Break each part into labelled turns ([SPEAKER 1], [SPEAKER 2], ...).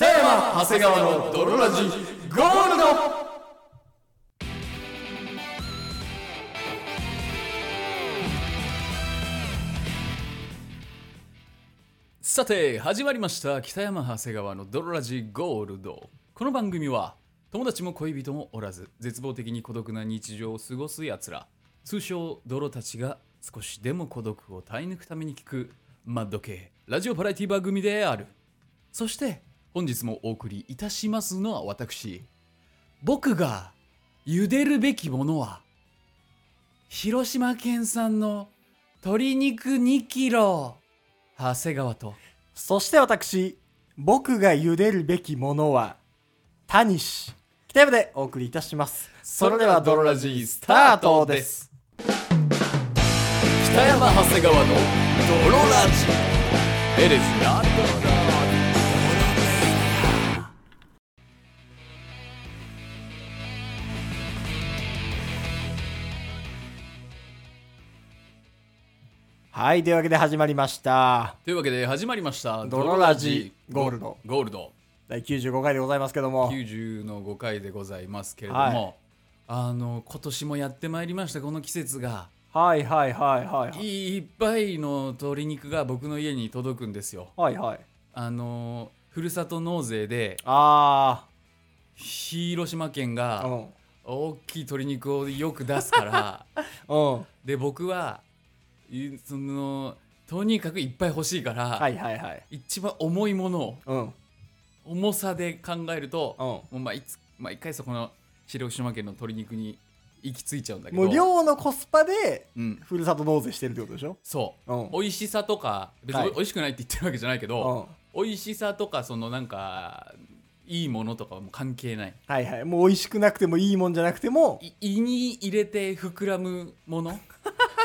[SPEAKER 1] 川長谷川の泥ラジゴールドさて始まりました北山長谷川の泥ラジゴールドこの番組は友達も恋人もおらず絶望的に孤独な日常を過ごすやつら通称泥たちが少しでも孤独を耐え抜くために聞くマッド系ラジオバラエティ番組であるそして本日もお送りいたしますのは私僕が茹でるべきものは広島県産の鶏肉2キロ長谷川と
[SPEAKER 2] そして私、僕が茹でるべきものは、タニシ、北山でお送りいたします。
[SPEAKER 1] それではドロラジースタートです北山長谷川のドロラジーエレスな
[SPEAKER 2] はい、というわけで始まりました。
[SPEAKER 1] というわけで始まりました
[SPEAKER 2] ドロラジゴールド
[SPEAKER 1] ゴールド
[SPEAKER 2] 第95回でございますけども、
[SPEAKER 1] 90の5回でございますけれども、
[SPEAKER 2] はい
[SPEAKER 1] あの今年もやってまいりましたこの季節が
[SPEAKER 2] はいはいはいはいはい。
[SPEAKER 1] いっぱいの鶏肉が僕の家に届くんですよ
[SPEAKER 2] はいはい。
[SPEAKER 1] あのふるさと納税で
[SPEAKER 2] あ
[SPEAKER 1] 広島県
[SPEAKER 2] ー、
[SPEAKER 1] が大きい鶏肉をよく出すから
[SPEAKER 2] うん。うん。
[SPEAKER 1] で僕はいそのとにかくいっぱい欲しいから、
[SPEAKER 2] はいはいはい。
[SPEAKER 1] 一番重いものを
[SPEAKER 2] うん。
[SPEAKER 1] 重さで考えると、
[SPEAKER 2] うん。
[SPEAKER 1] もう毎つ毎回そこの広島県の鶏肉に行き着いちゃうんだけど
[SPEAKER 2] もう量のコスパで、
[SPEAKER 1] うん、
[SPEAKER 2] ふるさと納税してるってことでしょ
[SPEAKER 1] そう、
[SPEAKER 2] うん
[SPEAKER 1] 美味しさとか別
[SPEAKER 2] は
[SPEAKER 1] に
[SPEAKER 2] い
[SPEAKER 1] 美味しくないって言ってるわけじゃないけ
[SPEAKER 2] うん。
[SPEAKER 1] ど、
[SPEAKER 2] は
[SPEAKER 1] 美味しさとかそのなんかいいものとかはもう関係ない
[SPEAKER 2] いはい。もう美味しくなくてもいいもんじゃなくても、
[SPEAKER 1] い胃に入れて膨らむもの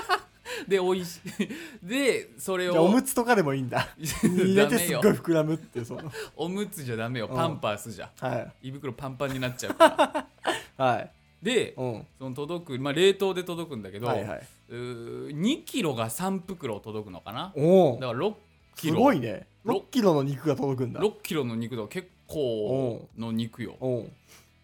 [SPEAKER 1] で美味しいでそれ
[SPEAKER 2] じゃ
[SPEAKER 1] を
[SPEAKER 2] あおむつとかでもいいんだ。 入れてすっ
[SPEAKER 1] ダ
[SPEAKER 2] ご
[SPEAKER 1] メ
[SPEAKER 2] い
[SPEAKER 1] よ
[SPEAKER 2] 膨らむっていう、その。
[SPEAKER 1] おむつじゃダメよ
[SPEAKER 2] うん
[SPEAKER 1] パンパースじゃ、
[SPEAKER 2] はい。
[SPEAKER 1] 胃袋パンパンになっちゃうから
[SPEAKER 2] はい。
[SPEAKER 1] で
[SPEAKER 2] うん。
[SPEAKER 1] その届く、まあ、冷凍で届くんだけど、
[SPEAKER 2] はいはい。
[SPEAKER 1] 2キロが3袋届くのかな
[SPEAKER 2] お
[SPEAKER 1] だ
[SPEAKER 2] お
[SPEAKER 1] か。ら6キ
[SPEAKER 2] す
[SPEAKER 1] ロ
[SPEAKER 2] ごいね
[SPEAKER 1] ろ
[SPEAKER 2] 6キロの肉が届くんだ
[SPEAKER 1] 6キロの肉だから結構の肉よ
[SPEAKER 2] おう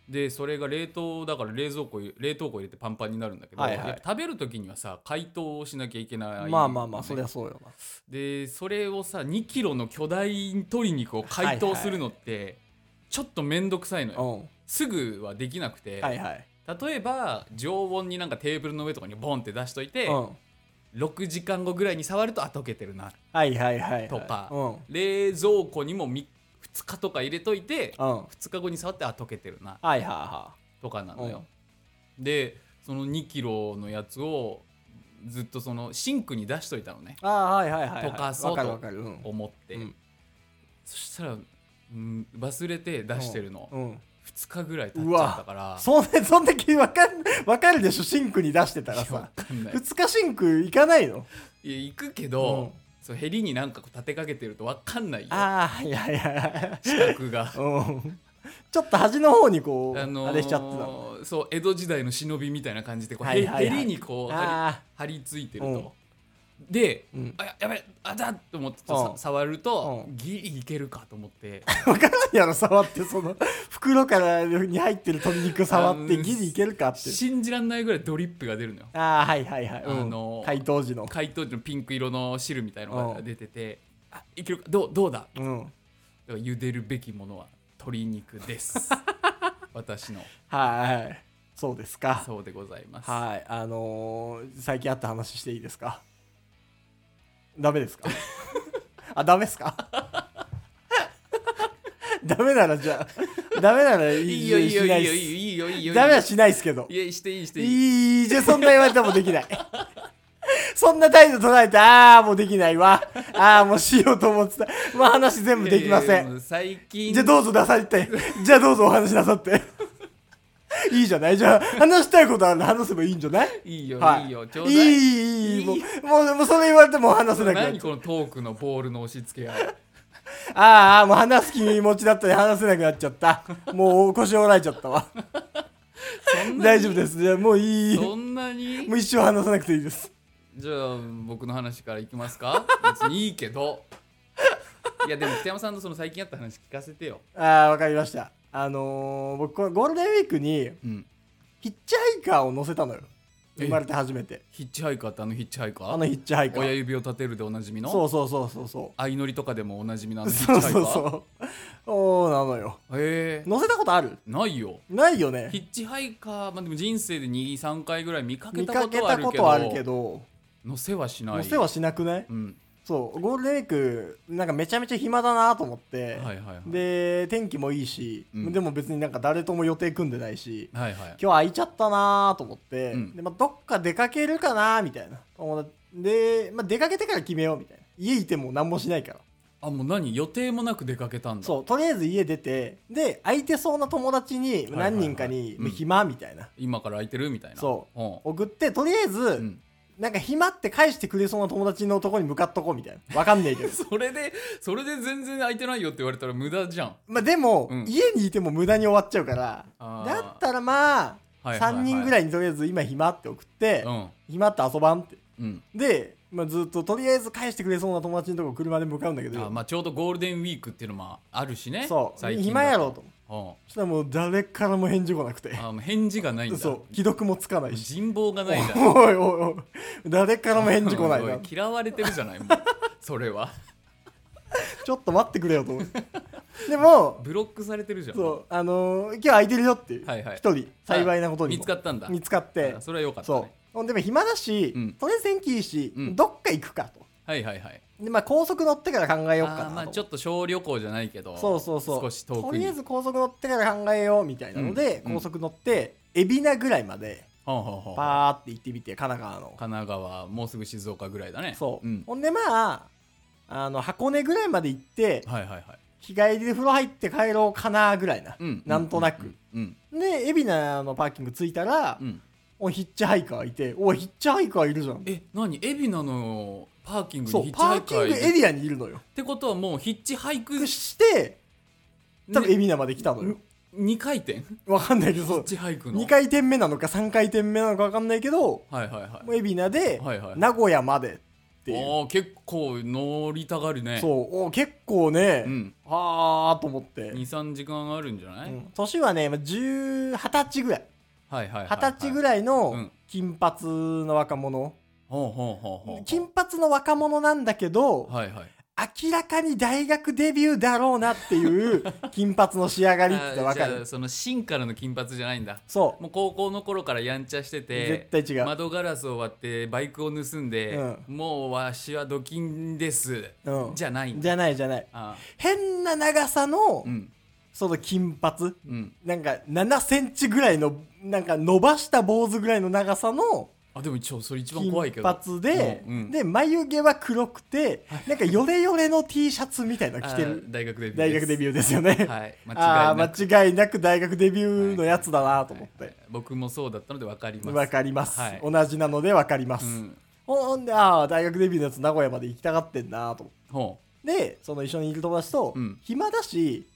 [SPEAKER 1] でそれが冷凍だから冷蔵庫入れ冷凍庫入れてパンパンになるんだけど、
[SPEAKER 2] はいはい
[SPEAKER 1] やっぱ食べる時にはさ解凍をしなきゃいけない
[SPEAKER 2] まあまあま
[SPEAKER 1] の
[SPEAKER 2] あ
[SPEAKER 1] ね
[SPEAKER 2] そりゃそうよな
[SPEAKER 1] でそれをさ2キロの巨大鶏肉を解凍するのって、ちょっと面倒くさいのよ、
[SPEAKER 2] おう
[SPEAKER 1] すぐはできなくて、
[SPEAKER 2] はいはい
[SPEAKER 1] 例えば常温になんかテーブルの上とかにボンって出しといて、
[SPEAKER 2] うん
[SPEAKER 1] 6時間後ぐらいに触るとあ溶けてるな
[SPEAKER 2] はいはいはいはい
[SPEAKER 1] とか
[SPEAKER 2] うん
[SPEAKER 1] 冷蔵庫にも2日とか入れといて
[SPEAKER 2] うん
[SPEAKER 1] 2日後に触ってあ溶けてるな
[SPEAKER 2] はいはいは
[SPEAKER 1] とかなのよ、でその2キロのやつをずっとそのシンクに出しといたのね
[SPEAKER 2] いああはいはいはいはい
[SPEAKER 1] 溶かそうと
[SPEAKER 2] わかるわかるうん
[SPEAKER 1] 思って、
[SPEAKER 2] うん
[SPEAKER 1] そしたら、うん、忘れて出してるの、
[SPEAKER 2] うん
[SPEAKER 1] 2日ぐらい経っちゃったから
[SPEAKER 2] そんなそんだけわかんわかるでしょシンクに出してたら
[SPEAKER 1] いやわ
[SPEAKER 2] さ
[SPEAKER 1] かんない
[SPEAKER 2] 2日シンク行かないの
[SPEAKER 1] いや行くけ
[SPEAKER 2] う
[SPEAKER 1] ど
[SPEAKER 2] ん、
[SPEAKER 1] そうヘリになんかこう立てかけてると分かんないよ
[SPEAKER 2] ああはいはいはいはい。
[SPEAKER 1] 資格が
[SPEAKER 2] うんちょっと端の方にこう
[SPEAKER 1] あのー
[SPEAKER 2] あれしちゃってたの
[SPEAKER 1] そう江戸時代の忍びみたいな感じでこう、
[SPEAKER 2] はいはいはい
[SPEAKER 1] ヘリにこう張
[SPEAKER 2] あ
[SPEAKER 1] り張り付いてると、で、
[SPEAKER 2] うん
[SPEAKER 1] あややべあだと思ってちょっとさ
[SPEAKER 2] うん
[SPEAKER 1] 触ると、
[SPEAKER 2] う
[SPEAKER 1] ギリいけるかと思っ て
[SPEAKER 2] あ分からんやろ触ってそ の袋からに入ってる鶏肉触ってギリいけるかって
[SPEAKER 1] 信じらんないぐらいドリップが出るのよ
[SPEAKER 2] ああはいはいはい、うん
[SPEAKER 1] あのー
[SPEAKER 2] 解凍時の、
[SPEAKER 1] 解凍時のピンク色の汁みたいなのが出てて、あいけるかどうどうだだか
[SPEAKER 2] うん、
[SPEAKER 1] ら茹でるべきものは鶏肉です 私の
[SPEAKER 2] はいそうですか
[SPEAKER 1] そうでございます
[SPEAKER 2] はいあのー最近あった話していいですかダメ ですかあダメですかダメならじゃあダメならい
[SPEAKER 1] い
[SPEAKER 2] い
[SPEAKER 1] いよいいよ
[SPEAKER 2] しない
[SPEAKER 1] い
[SPEAKER 2] っ
[SPEAKER 1] いよ
[SPEAKER 2] す
[SPEAKER 1] いいよいいよいいよ
[SPEAKER 2] ダメはしないですけど
[SPEAKER 1] いやしていいしていい
[SPEAKER 2] いいじゃそんな言われてもできない そんな態度唱えてああもうできないわああもうしようと思ってたまあ話全部できま
[SPEAKER 1] いや
[SPEAKER 2] せ
[SPEAKER 1] いや
[SPEAKER 2] ん
[SPEAKER 1] もう最近
[SPEAKER 2] じゃあどうぞなさいって。じゃあどうぞお話しなさって。 いいじゃないじゃあ話したいことあるの話せばいいんじゃない
[SPEAKER 1] いいよ、、
[SPEAKER 2] はい
[SPEAKER 1] いよちょう
[SPEAKER 2] い
[SPEAKER 1] だ
[SPEAKER 2] い
[SPEAKER 1] い
[SPEAKER 2] いいい
[SPEAKER 1] い
[SPEAKER 2] い
[SPEAKER 1] い
[SPEAKER 2] もうもうもうそれ言われてもう話せなくなっ
[SPEAKER 1] 何
[SPEAKER 2] ちゃ
[SPEAKER 1] このトークのボールの押し付け合い
[SPEAKER 2] うああもう話す気持ちだったり話せなくなっちゃったもう腰折られちゃったわ
[SPEAKER 1] そんな
[SPEAKER 2] 大丈夫ですじゃあもういいも
[SPEAKER 1] そんなに
[SPEAKER 2] う一生話さなくていいです
[SPEAKER 1] じゃあ僕の話からいきますか別にいいけどいやでも北山さんのその最近やった話聞かせてよ
[SPEAKER 2] ああ、わかりました。あのー僕、このゴールデンウィークに、
[SPEAKER 1] うん
[SPEAKER 2] ヒッチハイカーを乗せたのよ。
[SPEAKER 1] え
[SPEAKER 2] 生まれて初めて。
[SPEAKER 1] ヒッチハイカーってあのヒッチハイカー
[SPEAKER 2] あのヒッチハイカ
[SPEAKER 1] 親
[SPEAKER 2] ー。
[SPEAKER 1] 指を立てるでおなじみの
[SPEAKER 2] そうそうそうそうそ
[SPEAKER 1] 相乗りとかでもおなじみのあ
[SPEAKER 2] う。
[SPEAKER 1] のヒッチ
[SPEAKER 2] そ
[SPEAKER 1] ハイ
[SPEAKER 2] う
[SPEAKER 1] カー
[SPEAKER 2] そうそう。そうなのよ。
[SPEAKER 1] へえ
[SPEAKER 2] 乗せたことある
[SPEAKER 1] ないよ
[SPEAKER 2] ないよね
[SPEAKER 1] ヒ。ッチハイカー、まあ、でも人生で23回ぐらい見かけ
[SPEAKER 2] 見
[SPEAKER 1] た
[SPEAKER 2] か
[SPEAKER 1] こ
[SPEAKER 2] け
[SPEAKER 1] とはあ
[SPEAKER 2] た
[SPEAKER 1] る
[SPEAKER 2] こ
[SPEAKER 1] け
[SPEAKER 2] とはある
[SPEAKER 1] ど
[SPEAKER 2] けど、
[SPEAKER 1] 乗せはしない
[SPEAKER 2] 乗せはしなくない
[SPEAKER 1] うん
[SPEAKER 2] そう、ゴールデンウィーク、なんかめちゃめちゃ暇だなと思っ
[SPEAKER 1] は
[SPEAKER 2] て、
[SPEAKER 1] いはいはい
[SPEAKER 2] で、天気もいいし、
[SPEAKER 1] うん
[SPEAKER 2] でも別になんか誰とも予定組んでないし、
[SPEAKER 1] はいはい
[SPEAKER 2] 今日空いちゃったなと思って、
[SPEAKER 1] うん
[SPEAKER 2] でまあ、どっか出かけるかなみたいな友達で、まあ、出かけてから決めようみたいな家いても何もしないから
[SPEAKER 1] あもう何予定もなく出かけたんだ
[SPEAKER 2] そうとりあえず家出てで空いてそうな友達に
[SPEAKER 1] はいはい
[SPEAKER 2] 何人かに「
[SPEAKER 1] うん
[SPEAKER 2] 暇」みたいな
[SPEAKER 1] 今から空いてるみたいな
[SPEAKER 2] そ
[SPEAKER 1] うん
[SPEAKER 2] 送ってとりあえず、
[SPEAKER 1] ん
[SPEAKER 2] なんか暇って返してくれそうな友達のとこに向かっとこうみたいなわかんない けど
[SPEAKER 1] それでそれで全然空いてないよって言われたら無駄じゃん
[SPEAKER 2] まあでも、
[SPEAKER 1] うん
[SPEAKER 2] 家にいても無駄に終わっちゃうから
[SPEAKER 1] あー
[SPEAKER 2] だったらまあ、
[SPEAKER 1] はいはいはい
[SPEAKER 2] 3人ぐらいにとりあえず今暇って送って、
[SPEAKER 1] うん
[SPEAKER 2] 暇って遊ばんって
[SPEAKER 1] うん
[SPEAKER 2] で、まあ、ずっととりあえず返してくれそうな友達のとこ車で向かうんだけど
[SPEAKER 1] あまあちょうどゴールデンウィークっていうのもあるしね
[SPEAKER 2] そう
[SPEAKER 1] 最近
[SPEAKER 2] 暇
[SPEAKER 1] だ
[SPEAKER 2] やろと
[SPEAKER 1] と
[SPEAKER 2] そしたらもう誰からも返事来なくて
[SPEAKER 1] うんあもう返事がないんだ
[SPEAKER 2] そう既読もつかないし
[SPEAKER 1] 人望がないじゃん
[SPEAKER 2] おいおいおい誰からも返事来ない
[SPEAKER 1] お
[SPEAKER 2] な
[SPEAKER 1] お嫌われてるじゃないもうそれは
[SPEAKER 2] ちょっと待ってくれよと思ってでも
[SPEAKER 1] ブロックされてるじゃん
[SPEAKER 2] そうあのー今日空いてるよっていう一、
[SPEAKER 1] はいはい
[SPEAKER 2] 人幸いなことにも
[SPEAKER 1] 見つかったんだ
[SPEAKER 2] 見つかって
[SPEAKER 1] あそれはよかった
[SPEAKER 2] そ
[SPEAKER 1] ね
[SPEAKER 2] うほんでも暇だし、
[SPEAKER 1] うん
[SPEAKER 2] とりあえず天気いいし、
[SPEAKER 1] うん
[SPEAKER 2] どっか行くかと
[SPEAKER 1] はいはいはい
[SPEAKER 2] で、まあ、高速乗ってから考えようかな
[SPEAKER 1] あ
[SPEAKER 2] と
[SPEAKER 1] ー
[SPEAKER 2] 思
[SPEAKER 1] ま
[SPEAKER 2] っ
[SPEAKER 1] あ
[SPEAKER 2] て
[SPEAKER 1] ちょっと小旅行じゃないけど
[SPEAKER 2] そうそうそう
[SPEAKER 1] 少し遠
[SPEAKER 2] と
[SPEAKER 1] くに
[SPEAKER 2] りあえず高速乗ってから考えようみたいなので、
[SPEAKER 1] うん
[SPEAKER 2] 高速乗って海老名ぐらいまで
[SPEAKER 1] ほうほうほう
[SPEAKER 2] パーって行ってみて神奈川の
[SPEAKER 1] 神奈川もうすぐ静岡ぐらいだね
[SPEAKER 2] そう、
[SPEAKER 1] ん
[SPEAKER 2] ほんでまああの箱根ぐらいまで行って
[SPEAKER 1] はいはいはい
[SPEAKER 2] 日帰りで風呂入って帰ろうかなぐらいな、
[SPEAKER 1] うん
[SPEAKER 2] なんとなく、
[SPEAKER 1] うん
[SPEAKER 2] で海老名のパーキング着いたら、
[SPEAKER 1] うん
[SPEAKER 2] おヒッチハイカーいておいヒッチハイカーいるじゃん
[SPEAKER 1] え何海老名のパーキング
[SPEAKER 2] そ
[SPEAKER 1] に
[SPEAKER 2] う
[SPEAKER 1] ヒッチ
[SPEAKER 2] パ
[SPEAKER 1] ハイ
[SPEAKER 2] ーキ
[SPEAKER 1] カー
[SPEAKER 2] ン
[SPEAKER 1] い
[SPEAKER 2] グ
[SPEAKER 1] る
[SPEAKER 2] エリアにいるのよ
[SPEAKER 1] ってことはもうヒッチハイク
[SPEAKER 2] して多分
[SPEAKER 1] ね
[SPEAKER 2] 海老名まで来たのよ、
[SPEAKER 1] 二回転ヒ
[SPEAKER 2] わかんないけどそ
[SPEAKER 1] ッ
[SPEAKER 2] う
[SPEAKER 1] チハイクの
[SPEAKER 2] 2回転目なのか3回転目なのかわかんないけど
[SPEAKER 1] はいはいはい
[SPEAKER 2] もう海老名で
[SPEAKER 1] はいはい
[SPEAKER 2] 名古屋までっていう、
[SPEAKER 1] あー結構乗りたがるね
[SPEAKER 2] そうお結構ね、
[SPEAKER 1] うん
[SPEAKER 2] あーと思って、
[SPEAKER 1] 二三時間あるんじゃない、
[SPEAKER 2] うん年はねまあ10 20歳ぐらい
[SPEAKER 1] はいはいはいはい
[SPEAKER 2] 二十歳ぐ
[SPEAKER 1] い
[SPEAKER 2] らいうの
[SPEAKER 1] ん
[SPEAKER 2] 金髪の若者、
[SPEAKER 1] ほうほうほうほう
[SPEAKER 2] 金髪の若者なんだけど、
[SPEAKER 1] はいはい
[SPEAKER 2] 明らかに大学デビューだろうなっ ていう金髪の仕上がりってわか
[SPEAKER 1] あーじゃ
[SPEAKER 2] る
[SPEAKER 1] あその芯からの金髪じゃないんだ
[SPEAKER 2] そう
[SPEAKER 1] もう高校の頃からやんちゃしてて
[SPEAKER 2] 絶対違う、
[SPEAKER 1] 窓ガラスを割ってバイクを盗んで、もうわしはドキンです、
[SPEAKER 2] うん、
[SPEAKER 1] じゃないんだ
[SPEAKER 2] じゃないじゃない
[SPEAKER 1] あ
[SPEAKER 2] 変な長さの、
[SPEAKER 1] ーうん
[SPEAKER 2] その金髪
[SPEAKER 1] うん
[SPEAKER 2] なんか7センチぐらいのなんか伸ばした坊主ぐらいの長さの
[SPEAKER 1] あでも一応それ一番
[SPEAKER 2] 金
[SPEAKER 1] 怖いけど
[SPEAKER 2] 髪で、
[SPEAKER 1] うんうん
[SPEAKER 2] で眉毛は黒くてなんかヨレヨレの T シャツみたいなの着
[SPEAKER 1] あ
[SPEAKER 2] てる
[SPEAKER 1] ー大学デビュー
[SPEAKER 2] 大学デビューですよね、
[SPEAKER 1] はい間違いなく
[SPEAKER 2] あー間違いなく大学デビューのやつだなと思って、
[SPEAKER 1] 僕もそうだったので分かります
[SPEAKER 2] わかります、
[SPEAKER 1] はい
[SPEAKER 2] 同じなのでわかります、
[SPEAKER 1] うん
[SPEAKER 2] ほんでああ大学デビューのやつ名古屋まで行きたがってんなと思って
[SPEAKER 1] ほ
[SPEAKER 2] でその一緒にいる友達と、
[SPEAKER 1] うん
[SPEAKER 2] 暇だし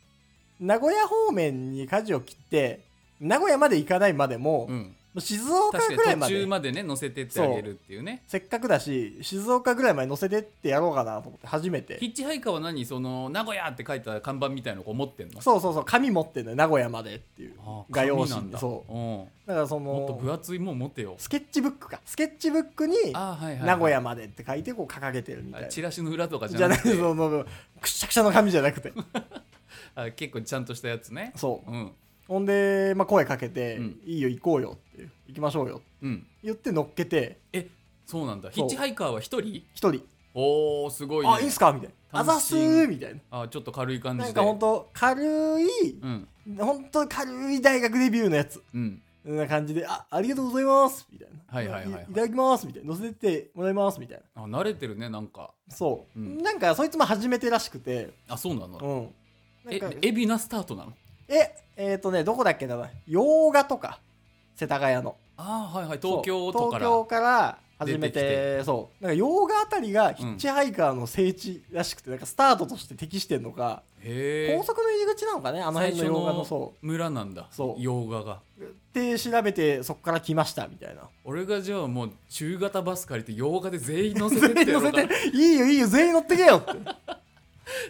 [SPEAKER 2] 名古屋方面に舵を切って名古屋まで行かないまでも、
[SPEAKER 1] う、うん、
[SPEAKER 2] もう静岡
[SPEAKER 1] 確
[SPEAKER 2] ぐら
[SPEAKER 1] か
[SPEAKER 2] い
[SPEAKER 1] に
[SPEAKER 2] ま
[SPEAKER 1] 途中
[SPEAKER 2] で
[SPEAKER 1] までね乗せてってあげるっていうね
[SPEAKER 2] せっかくだし静岡ぐらいまで乗せてってやろうかなと思って初めて
[SPEAKER 1] ヒッチハイカーは何その名古屋って書いた看板みたいのこう持ってんの
[SPEAKER 2] そうそうそう紙持ってんのよ名古屋までっていう
[SPEAKER 1] あー
[SPEAKER 2] 画用
[SPEAKER 1] 紙な
[SPEAKER 2] 紙
[SPEAKER 1] んだ
[SPEAKER 2] そ
[SPEAKER 1] うんも
[SPEAKER 2] うだからそ
[SPEAKER 1] っと分
[SPEAKER 2] の
[SPEAKER 1] 厚いもん持てよ
[SPEAKER 2] スケッチブックかスケッチブックに
[SPEAKER 1] あーはいはいはい
[SPEAKER 2] 名古屋までって書いてこう掲げてるみたい
[SPEAKER 1] あ
[SPEAKER 2] な
[SPEAKER 1] チラシの裏とかじ
[SPEAKER 2] じ
[SPEAKER 1] ゃ
[SPEAKER 2] ゃな
[SPEAKER 1] な
[SPEAKER 2] く
[SPEAKER 1] くて
[SPEAKER 2] てそのくしゃくしゃの紙じゃな くて
[SPEAKER 1] あ結構ちゃんとしたやつね
[SPEAKER 2] そう
[SPEAKER 1] うん
[SPEAKER 2] ほんで、まあ、声かけて「
[SPEAKER 1] うん
[SPEAKER 2] いいよ行こうよ」っていう「行きましょうよ」
[SPEAKER 1] うん
[SPEAKER 2] 言って乗っけて
[SPEAKER 1] えそうなんだヒ
[SPEAKER 2] そう
[SPEAKER 1] ッチハイカーは一人
[SPEAKER 2] 一人
[SPEAKER 1] おーすご
[SPEAKER 2] 「
[SPEAKER 1] いね
[SPEAKER 2] あいいんすか?」みたいな「あ
[SPEAKER 1] 単身
[SPEAKER 2] ざっすー」みたいな
[SPEAKER 1] あちょっと軽い感じで
[SPEAKER 2] なんかほんと軽い、
[SPEAKER 1] うん
[SPEAKER 2] ほんと軽い大学デビューのやつ
[SPEAKER 1] うん
[SPEAKER 2] な感じで「あありがとうございます」みたいな「
[SPEAKER 1] はいはいはいはい
[SPEAKER 2] ただきます」みたいな「乗せてってもらいます」みたいな
[SPEAKER 1] あ慣れてるねなんか
[SPEAKER 2] そう、
[SPEAKER 1] うん
[SPEAKER 2] なんかそいつも初めてらしくて
[SPEAKER 1] あそうなの、
[SPEAKER 2] うんなん
[SPEAKER 1] え
[SPEAKER 2] か
[SPEAKER 1] エビナスタートなの
[SPEAKER 2] ええっ、とねどこだっけな洋画とか世田谷の
[SPEAKER 1] あーはいはい東京
[SPEAKER 2] そ
[SPEAKER 1] と
[SPEAKER 2] う
[SPEAKER 1] から
[SPEAKER 2] 東京から始めて
[SPEAKER 1] 出て
[SPEAKER 2] そうなんか洋画あたりがヒッチハイカーの聖地らしくて、なんかスタートとして適してんのか、
[SPEAKER 1] へえ
[SPEAKER 2] 高速の入り口なのかねあの辺の
[SPEAKER 1] 最初
[SPEAKER 2] 洋
[SPEAKER 1] の
[SPEAKER 2] 画のそ
[SPEAKER 1] 村なんだ
[SPEAKER 2] そう
[SPEAKER 1] 洋画が
[SPEAKER 2] うって調べてそこから来ましたみたいな
[SPEAKER 1] 俺がじゃあもう中型バス借りて洋画で全員乗せてっ
[SPEAKER 2] 全
[SPEAKER 1] て
[SPEAKER 2] 員
[SPEAKER 1] や
[SPEAKER 2] 乗
[SPEAKER 1] ろ
[SPEAKER 2] せ
[SPEAKER 1] うかな
[SPEAKER 2] ていいよいいよ全員乗ってけよって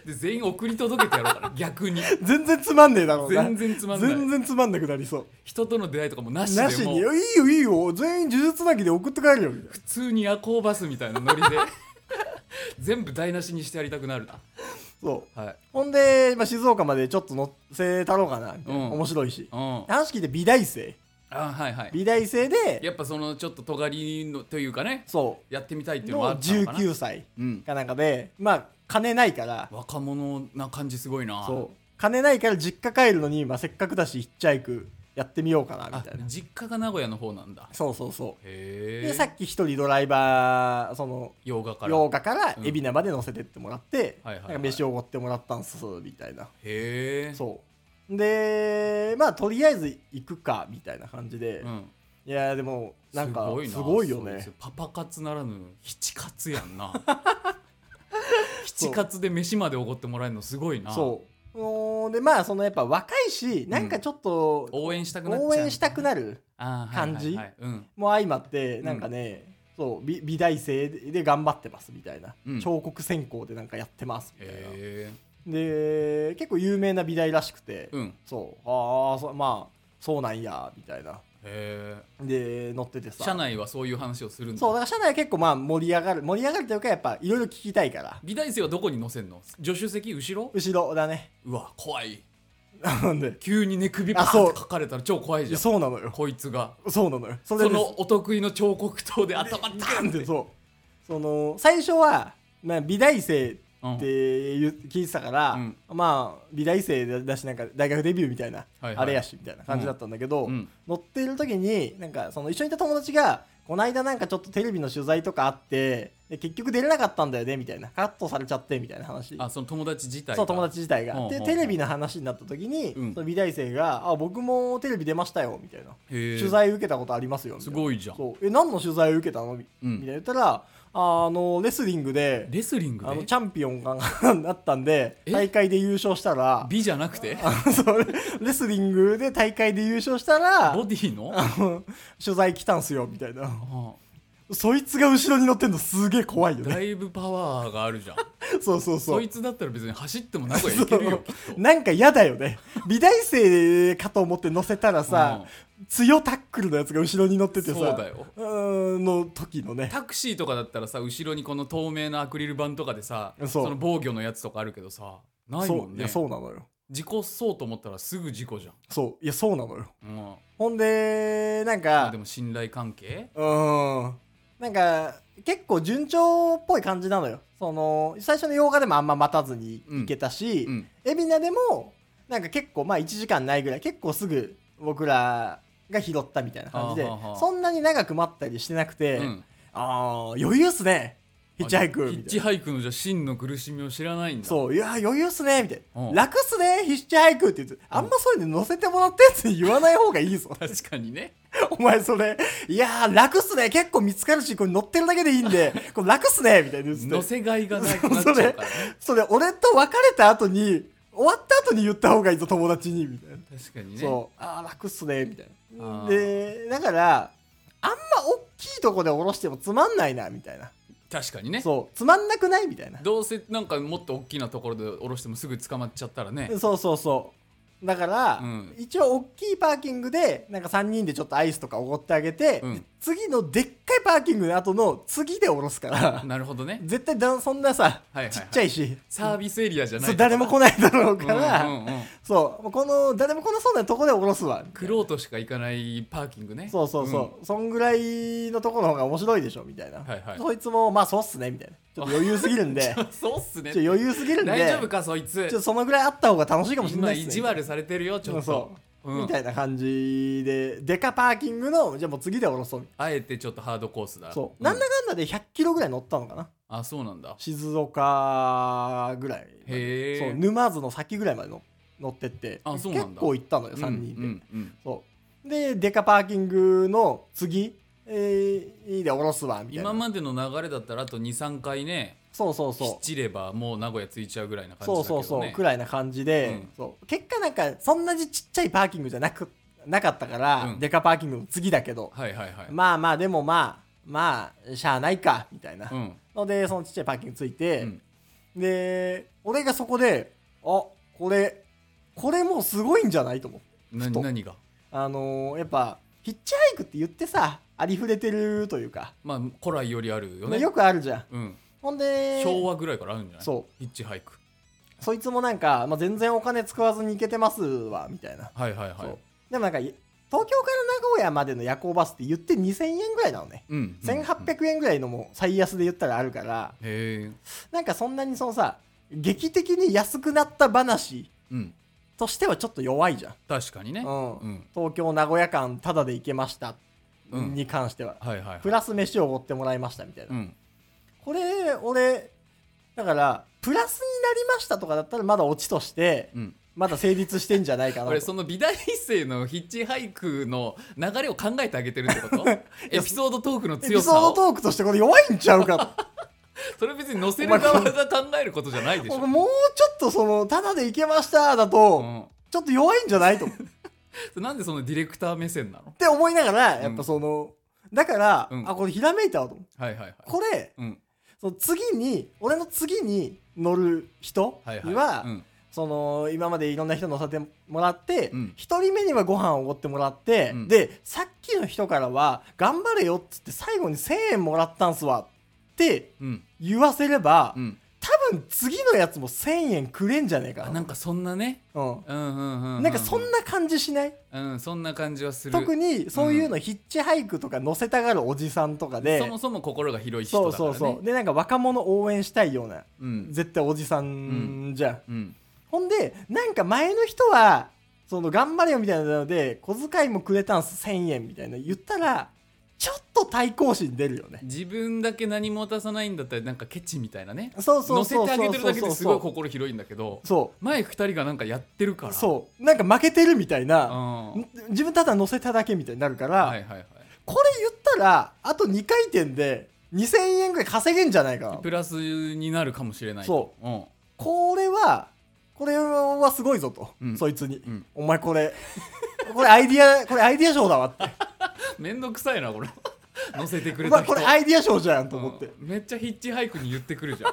[SPEAKER 1] で全員送り届けてやろうかな 逆に
[SPEAKER 2] 全然つまんねえだろうな
[SPEAKER 1] 全然つまんない
[SPEAKER 2] 全然つまんなくなりそ
[SPEAKER 1] 人との出会いとかもな
[SPEAKER 2] う
[SPEAKER 1] し
[SPEAKER 2] な
[SPEAKER 1] で
[SPEAKER 2] し
[SPEAKER 1] も
[SPEAKER 2] にいうやいいよいいよ全員呪術つなぎで送って帰るよみたいな
[SPEAKER 1] 普通に夜行バスみたいなノリで 全部台無しにしてやりたくなる
[SPEAKER 2] そう
[SPEAKER 1] なはい
[SPEAKER 2] ほんで、まあ、静岡までちょっと乗せたろうかな、
[SPEAKER 1] うん
[SPEAKER 2] 面白いし
[SPEAKER 1] うんあ
[SPEAKER 2] 話聞いて美大生
[SPEAKER 1] はいはい
[SPEAKER 2] 美大生で
[SPEAKER 1] やっぱそのちょっと尖りのというかね
[SPEAKER 2] そ
[SPEAKER 1] やってみたいっ
[SPEAKER 2] う
[SPEAKER 1] ていうのはあっ
[SPEAKER 2] の
[SPEAKER 1] たのかな
[SPEAKER 2] 19歳
[SPEAKER 1] うん
[SPEAKER 2] かなんかでまあ金ないから
[SPEAKER 1] 若者な感じすごいな
[SPEAKER 2] そう金ないから実家帰るのに、まあ、せっかくだしヒッチハイクやってみようかなみ
[SPEAKER 1] あ
[SPEAKER 2] たいな
[SPEAKER 1] 実家が名古屋の方なんだ
[SPEAKER 2] そうそうそう、
[SPEAKER 1] へ
[SPEAKER 2] で
[SPEAKER 1] え
[SPEAKER 2] さっき一人ドライバーその
[SPEAKER 1] 洋画から
[SPEAKER 2] 洋画から
[SPEAKER 1] うん
[SPEAKER 2] 海老名まで乗せてってもらって、
[SPEAKER 1] はいはいはい
[SPEAKER 2] なんか飯をおごってもらったんすみたいな
[SPEAKER 1] へえ
[SPEAKER 2] そうでまあとりあえず行くかみたいな感じで、
[SPEAKER 1] うん
[SPEAKER 2] いやでもなんか
[SPEAKER 1] な
[SPEAKER 2] すごいよ
[SPEAKER 1] そうで
[SPEAKER 2] ね
[SPEAKER 1] すパパ活ならぬ七活やん な七活で飯までおごってもらえるのすごいな
[SPEAKER 2] そうおーでまあそのやっぱ若いしなんかちょっと
[SPEAKER 1] 応援したくなっちゃう
[SPEAKER 2] 応援したくなる
[SPEAKER 1] あーはいはいはい
[SPEAKER 2] 感
[SPEAKER 1] うん
[SPEAKER 2] もう相まってなんかね、そう美美大生で頑張ってますみたいな、
[SPEAKER 1] うん
[SPEAKER 2] 彫刻専攻でなんかやってますみたいな、
[SPEAKER 1] へ
[SPEAKER 2] で結構有名な美大らしくて、
[SPEAKER 1] えうんへ
[SPEAKER 2] そうああそまあそうなんやみたいな
[SPEAKER 1] え
[SPEAKER 2] で乗っててさ
[SPEAKER 1] 社内はそういう話をするんだ
[SPEAKER 2] そうだから社内結構まあ盛り上がる盛り上がるというかやっぱいろいろ聞きたいから
[SPEAKER 1] 美大生はどこに乗せんの助手席後ろ
[SPEAKER 2] 後ろだね
[SPEAKER 1] うわ怖い
[SPEAKER 2] なんで
[SPEAKER 1] 急に寝首パ
[SPEAKER 2] あそ
[SPEAKER 1] ー
[SPEAKER 2] う
[SPEAKER 1] って書かれたら超怖いじゃん
[SPEAKER 2] そうなのよ
[SPEAKER 1] こいつが
[SPEAKER 2] そうなのよそ
[SPEAKER 1] そ
[SPEAKER 2] れで
[SPEAKER 1] のお得意の彫刻刀で頭にガンって
[SPEAKER 2] でそうその最初は、まあ、美大生
[SPEAKER 1] うん
[SPEAKER 2] って言う聞いてたから、
[SPEAKER 1] うん
[SPEAKER 2] まあ美大生だしなんか大学デビューみたいな、
[SPEAKER 1] いはい
[SPEAKER 2] あれやしみたいな感じだったんだけど、
[SPEAKER 1] うん
[SPEAKER 2] 乗っている時になんかその一緒にいた友達がこの間なんかちょっとテレビの取材とかあってで結局出れなかったんだよねみたいなカットされちゃってみたいな話
[SPEAKER 1] あその友達自体が
[SPEAKER 2] そう友達自体が、
[SPEAKER 1] うんうんう
[SPEAKER 2] で
[SPEAKER 1] ん
[SPEAKER 2] テレビの話になった時に、
[SPEAKER 1] うん
[SPEAKER 2] その美大生が「あ僕もテレビ出ましたよ」みたいな、
[SPEAKER 1] へえ
[SPEAKER 2] 取材受けたことありますよ」みた
[SPEAKER 1] す
[SPEAKER 2] いな
[SPEAKER 1] ごいじゃん
[SPEAKER 2] そうえ何の取材を受けたのみ
[SPEAKER 1] うん
[SPEAKER 2] みたいな言ったらあのレスリングで
[SPEAKER 1] レスリング
[SPEAKER 2] あの
[SPEAKER 1] で
[SPEAKER 2] チャンピオンがなったんで
[SPEAKER 1] え
[SPEAKER 2] 大会で優勝した ら
[SPEAKER 1] 美じゃなくて
[SPEAKER 2] そうレスリングで大会で優勝したら
[SPEAKER 1] ボディの
[SPEAKER 2] あの取材来たんすよみたいな
[SPEAKER 1] あ
[SPEAKER 2] そいつが後ろに乗ってんのすげえ怖いよ
[SPEAKER 1] だ
[SPEAKER 2] ね
[SPEAKER 1] いぶパワーがあるじゃん
[SPEAKER 2] そうそうそ
[SPEAKER 1] そういつだったら別に走っても名古屋行けるよきっと
[SPEAKER 2] なんか嫌だよね美大生かと思って乗せたらさ、強タックルのやつが後ろに乗っててさ
[SPEAKER 1] そうだよ
[SPEAKER 2] うーんの時のね
[SPEAKER 1] タクシーとかだったらさ後ろにこの透明なアクリル板とかでさ
[SPEAKER 2] そう
[SPEAKER 1] の防御のやつとかあるけどさないも
[SPEAKER 2] そ
[SPEAKER 1] ん
[SPEAKER 2] ういや
[SPEAKER 1] ね
[SPEAKER 2] そうなのよ
[SPEAKER 1] 事故そうと思ったらすぐ事故じ
[SPEAKER 2] そういやそうなのよ
[SPEAKER 1] ゃん、うん、
[SPEAKER 2] ほんでなん
[SPEAKER 1] まあ
[SPEAKER 2] か
[SPEAKER 1] でも信頼関係
[SPEAKER 2] うーんなんか結構順調っぽい感じなのよその最初の洋画でもあんま待たずに行けたし
[SPEAKER 1] うん
[SPEAKER 2] 海老名でもなんか結構まあ1時間ないぐらい結構すぐ僕らが拾ったみたいな感じで
[SPEAKER 1] あーはーはー
[SPEAKER 2] そんなに長く待ったりしてなくて、
[SPEAKER 1] うん
[SPEAKER 2] ああ余裕っすねヒッチハイク
[SPEAKER 1] あヒ
[SPEAKER 2] みたい
[SPEAKER 1] ッ
[SPEAKER 2] な
[SPEAKER 1] チハイクのじゃあ真の苦しみを知らないんだ
[SPEAKER 2] そういや余裕っすねみたい
[SPEAKER 1] うん
[SPEAKER 2] な楽っすねヒッチハイクって言ってあんまそういうの乗せてもらったやつに言わない方がいいぞ
[SPEAKER 1] 確かにね
[SPEAKER 2] お前それいやー楽っすね結構見つかるしこれ乗ってるだけでいい んでこれ楽っすねみたいな言
[SPEAKER 1] 乗
[SPEAKER 2] ってて
[SPEAKER 1] せがいがなくなっちゃうからね
[SPEAKER 2] それ俺と別れた後に終わった後に言った方がいいぞ友達にみたいな
[SPEAKER 1] 確かにね
[SPEAKER 2] そうああ楽っすねみたい
[SPEAKER 1] あ
[SPEAKER 2] な
[SPEAKER 1] ー
[SPEAKER 2] でだからあんま大きいとこで降ろしてもつまんないなみたいな
[SPEAKER 1] 確かにね
[SPEAKER 2] そうつまんなくないみたいな
[SPEAKER 1] どうせなんかもっと大きなところで降ろしてもすぐ捕まっちゃったらね
[SPEAKER 2] そうそうそうだから、
[SPEAKER 1] うん
[SPEAKER 2] 一応大きいパーキングでなんか3人でちょっとアイスとかおごってあげて、
[SPEAKER 1] うん
[SPEAKER 2] 次のでっかいパーキングの後の次で降ろすから
[SPEAKER 1] なるほどね
[SPEAKER 2] 絶対だそんなさ、
[SPEAKER 1] はいはいはい
[SPEAKER 2] ちっちゃいし
[SPEAKER 1] サービスエリアじゃない
[SPEAKER 2] そう誰も来ないだろうから、
[SPEAKER 1] うんうんうん
[SPEAKER 2] そうもうこの誰も来なそうなとこで降ろすわ
[SPEAKER 1] クロートしか行かないパーキングね
[SPEAKER 2] そうそうそう、そんぐらいのとこの方が面白いでしょみたいな、
[SPEAKER 1] はいはい
[SPEAKER 2] そいつもまあそうっすねみたいなちょっと余裕すぎ るんで
[SPEAKER 1] うんそうっすね
[SPEAKER 2] ちょ余裕すぎるんで
[SPEAKER 1] 大丈夫かそいつ
[SPEAKER 2] ちょっとそのぐらいあった方が楽しいかもしれな
[SPEAKER 1] 今
[SPEAKER 2] いっ
[SPEAKER 1] 意
[SPEAKER 2] す
[SPEAKER 1] 地
[SPEAKER 2] ね
[SPEAKER 1] 悪されてるよちょっ
[SPEAKER 2] そ
[SPEAKER 1] とう
[SPEAKER 2] う、
[SPEAKER 1] ん
[SPEAKER 2] みたいな感じでデカパーキングのじゃあもう次で降ろそう
[SPEAKER 1] あえてちょっとハードコースだ
[SPEAKER 2] そう、
[SPEAKER 1] ん
[SPEAKER 2] なんだかんだで100キロぐらい乗ったのかな
[SPEAKER 1] あそうなんだ
[SPEAKER 2] 静岡ぐらい
[SPEAKER 1] へえ
[SPEAKER 2] そう沼津の先ぐらいまでの乗ってって
[SPEAKER 1] あそうなんだ
[SPEAKER 2] 結構行ったのよ3人で、
[SPEAKER 1] うんうんうん
[SPEAKER 2] そうでデカパーキングの次えー、いいで降ろすわみたいな
[SPEAKER 1] 今までの流れだったらあと23回ね
[SPEAKER 2] そうそう
[SPEAKER 1] きっ
[SPEAKER 2] そう
[SPEAKER 1] ちればもう名古屋着いちゃうぐらいな感じだ
[SPEAKER 2] そ
[SPEAKER 1] けど
[SPEAKER 2] う
[SPEAKER 1] ね
[SPEAKER 2] そうそうくらいな感じで、
[SPEAKER 1] うん
[SPEAKER 2] そう結果なんかそんなにちっちゃいパーキングじゃなくなかったから、
[SPEAKER 1] うん
[SPEAKER 2] デカパーキングの次だけど、
[SPEAKER 1] はいはいはい、
[SPEAKER 2] まあまあでもまあまあしゃあないかみたいな、
[SPEAKER 1] うん
[SPEAKER 2] のでそのちっちゃいパーキングついて、
[SPEAKER 1] うん
[SPEAKER 2] で俺がそこであこれこれもうすごいんじゃないと思う
[SPEAKER 1] な
[SPEAKER 2] ふと
[SPEAKER 1] 何が
[SPEAKER 2] あのーやっぱヒッチハイクって言ってさありふれてるというか
[SPEAKER 1] まあ古来よりあるよ
[SPEAKER 2] よ,、
[SPEAKER 1] ね
[SPEAKER 2] くあるじゃん
[SPEAKER 1] うん、
[SPEAKER 2] ほんで
[SPEAKER 1] 昭和ぐらいからあるんじゃない
[SPEAKER 2] そう
[SPEAKER 1] ヒッチハイク
[SPEAKER 2] そいつもなんか、まあ、全然お金使わずに行けてますわみたいな、
[SPEAKER 1] はいはい
[SPEAKER 2] そ
[SPEAKER 1] はいう
[SPEAKER 2] でもなんかい東京から名古屋までの夜行バスって言って2000円ぐらいなのね、
[SPEAKER 1] うんへ
[SPEAKER 2] 1800円ぐらいのもう最安で言ったらあるから
[SPEAKER 1] え
[SPEAKER 2] なんかそんなにそのさ劇的に安くなった話
[SPEAKER 1] うん
[SPEAKER 2] としてはちょっと弱いじゃん、
[SPEAKER 1] 確かにね
[SPEAKER 2] うん
[SPEAKER 1] うん
[SPEAKER 2] 東京名古屋間タダで行けました
[SPEAKER 1] うん
[SPEAKER 2] に関しては、
[SPEAKER 1] はいはいはい
[SPEAKER 2] プラス飯をおごってもらいましたみたいな、
[SPEAKER 1] うん
[SPEAKER 2] これ俺だからプラスになりましたとかだったらまだオチとして
[SPEAKER 1] うん
[SPEAKER 2] まだ成立してんじゃないかなと
[SPEAKER 1] 俺その美大生のヒッチハイクの流れを考えてあげてるってことエピソードトークの
[SPEAKER 2] エピ
[SPEAKER 1] 強
[SPEAKER 2] ソー
[SPEAKER 1] さ
[SPEAKER 2] ド
[SPEAKER 1] を
[SPEAKER 2] トークとしてこれ弱いんちゃうか
[SPEAKER 1] それ別に載せる側が考えることじゃないでし
[SPEAKER 2] と
[SPEAKER 1] ょ、
[SPEAKER 2] もうちょっとそのタダで行けましただ
[SPEAKER 1] う
[SPEAKER 2] と
[SPEAKER 1] ん
[SPEAKER 2] ちょっと弱いんじゃないと思うっ
[SPEAKER 1] それなんでそのディレクター目線なの
[SPEAKER 2] て思いながらやっぱそのだから
[SPEAKER 1] うん
[SPEAKER 2] あこれひらめいたわと思う
[SPEAKER 1] はいはいはい
[SPEAKER 2] これ
[SPEAKER 1] うん
[SPEAKER 2] その次に俺の次に乗る人
[SPEAKER 1] はいはい
[SPEAKER 2] には
[SPEAKER 1] うん
[SPEAKER 2] その今までいろんな人乗せてもらって、
[SPEAKER 1] うん
[SPEAKER 2] 一人目にはご飯をおごってもらって、
[SPEAKER 1] うん
[SPEAKER 2] でさっきの人からは「頑張れよ」っつって最後に1,000円もらったんすわって
[SPEAKER 1] うん
[SPEAKER 2] 言わせれば、
[SPEAKER 1] うん
[SPEAKER 2] 多分次のやつも1,000円くれんじゃねえか
[SPEAKER 1] あ
[SPEAKER 2] な
[SPEAKER 1] なんかそんなね
[SPEAKER 2] う
[SPEAKER 1] う
[SPEAKER 2] ん、
[SPEAKER 1] んうんうんう
[SPEAKER 2] なんかそんな感じしない
[SPEAKER 1] うんそんな感じはする
[SPEAKER 2] 特にそういうのヒッチハイクとか乗せたがるおじさんとかで、
[SPEAKER 1] そもそも心が広い人
[SPEAKER 2] そ
[SPEAKER 1] だか
[SPEAKER 2] う
[SPEAKER 1] ら、
[SPEAKER 2] そ
[SPEAKER 1] ね、
[SPEAKER 2] うそうでなんか若者応援したいような
[SPEAKER 1] うん
[SPEAKER 2] 絶対おじさんじゃん
[SPEAKER 1] うん
[SPEAKER 2] ほんで、なんか前の人は、その、頑張れよみたいなので、小遣いもくれたんす、1000円みたいな言ったら、ちょっと対抗心出るよね。
[SPEAKER 1] 自分だけ何も渡さないんだったらなんかケチみたいなね
[SPEAKER 2] そうそう
[SPEAKER 1] 乗せ
[SPEAKER 2] そうそう。
[SPEAKER 1] てあげてるだけですごい
[SPEAKER 2] そう
[SPEAKER 1] 心広いんだけど
[SPEAKER 2] そ
[SPEAKER 1] 前二人がなんかやってるか
[SPEAKER 2] う。
[SPEAKER 1] ら
[SPEAKER 2] そう。なんか負けてるみたいな、
[SPEAKER 1] ん
[SPEAKER 2] ん自分ただ乗せただけみたいになるから、
[SPEAKER 1] はいはいはい
[SPEAKER 2] これ言ったら、あと2回転で、2000円ぐらい稼げんじゃないかな。
[SPEAKER 1] プラスになるかもしれない、
[SPEAKER 2] そう
[SPEAKER 1] うん、
[SPEAKER 2] これは、これはすごいぞと、
[SPEAKER 1] うん
[SPEAKER 2] そいつに、
[SPEAKER 1] うん
[SPEAKER 2] お前これ、これアイディア、これアイディア賞だわって。
[SPEAKER 1] めんどくさいなこ れ乗せてく
[SPEAKER 2] お
[SPEAKER 1] れた
[SPEAKER 2] 前
[SPEAKER 1] 人
[SPEAKER 2] これアイディア賞じゃんと思って。
[SPEAKER 1] うんめっちゃヒッチハイクに言ってくるじゃん、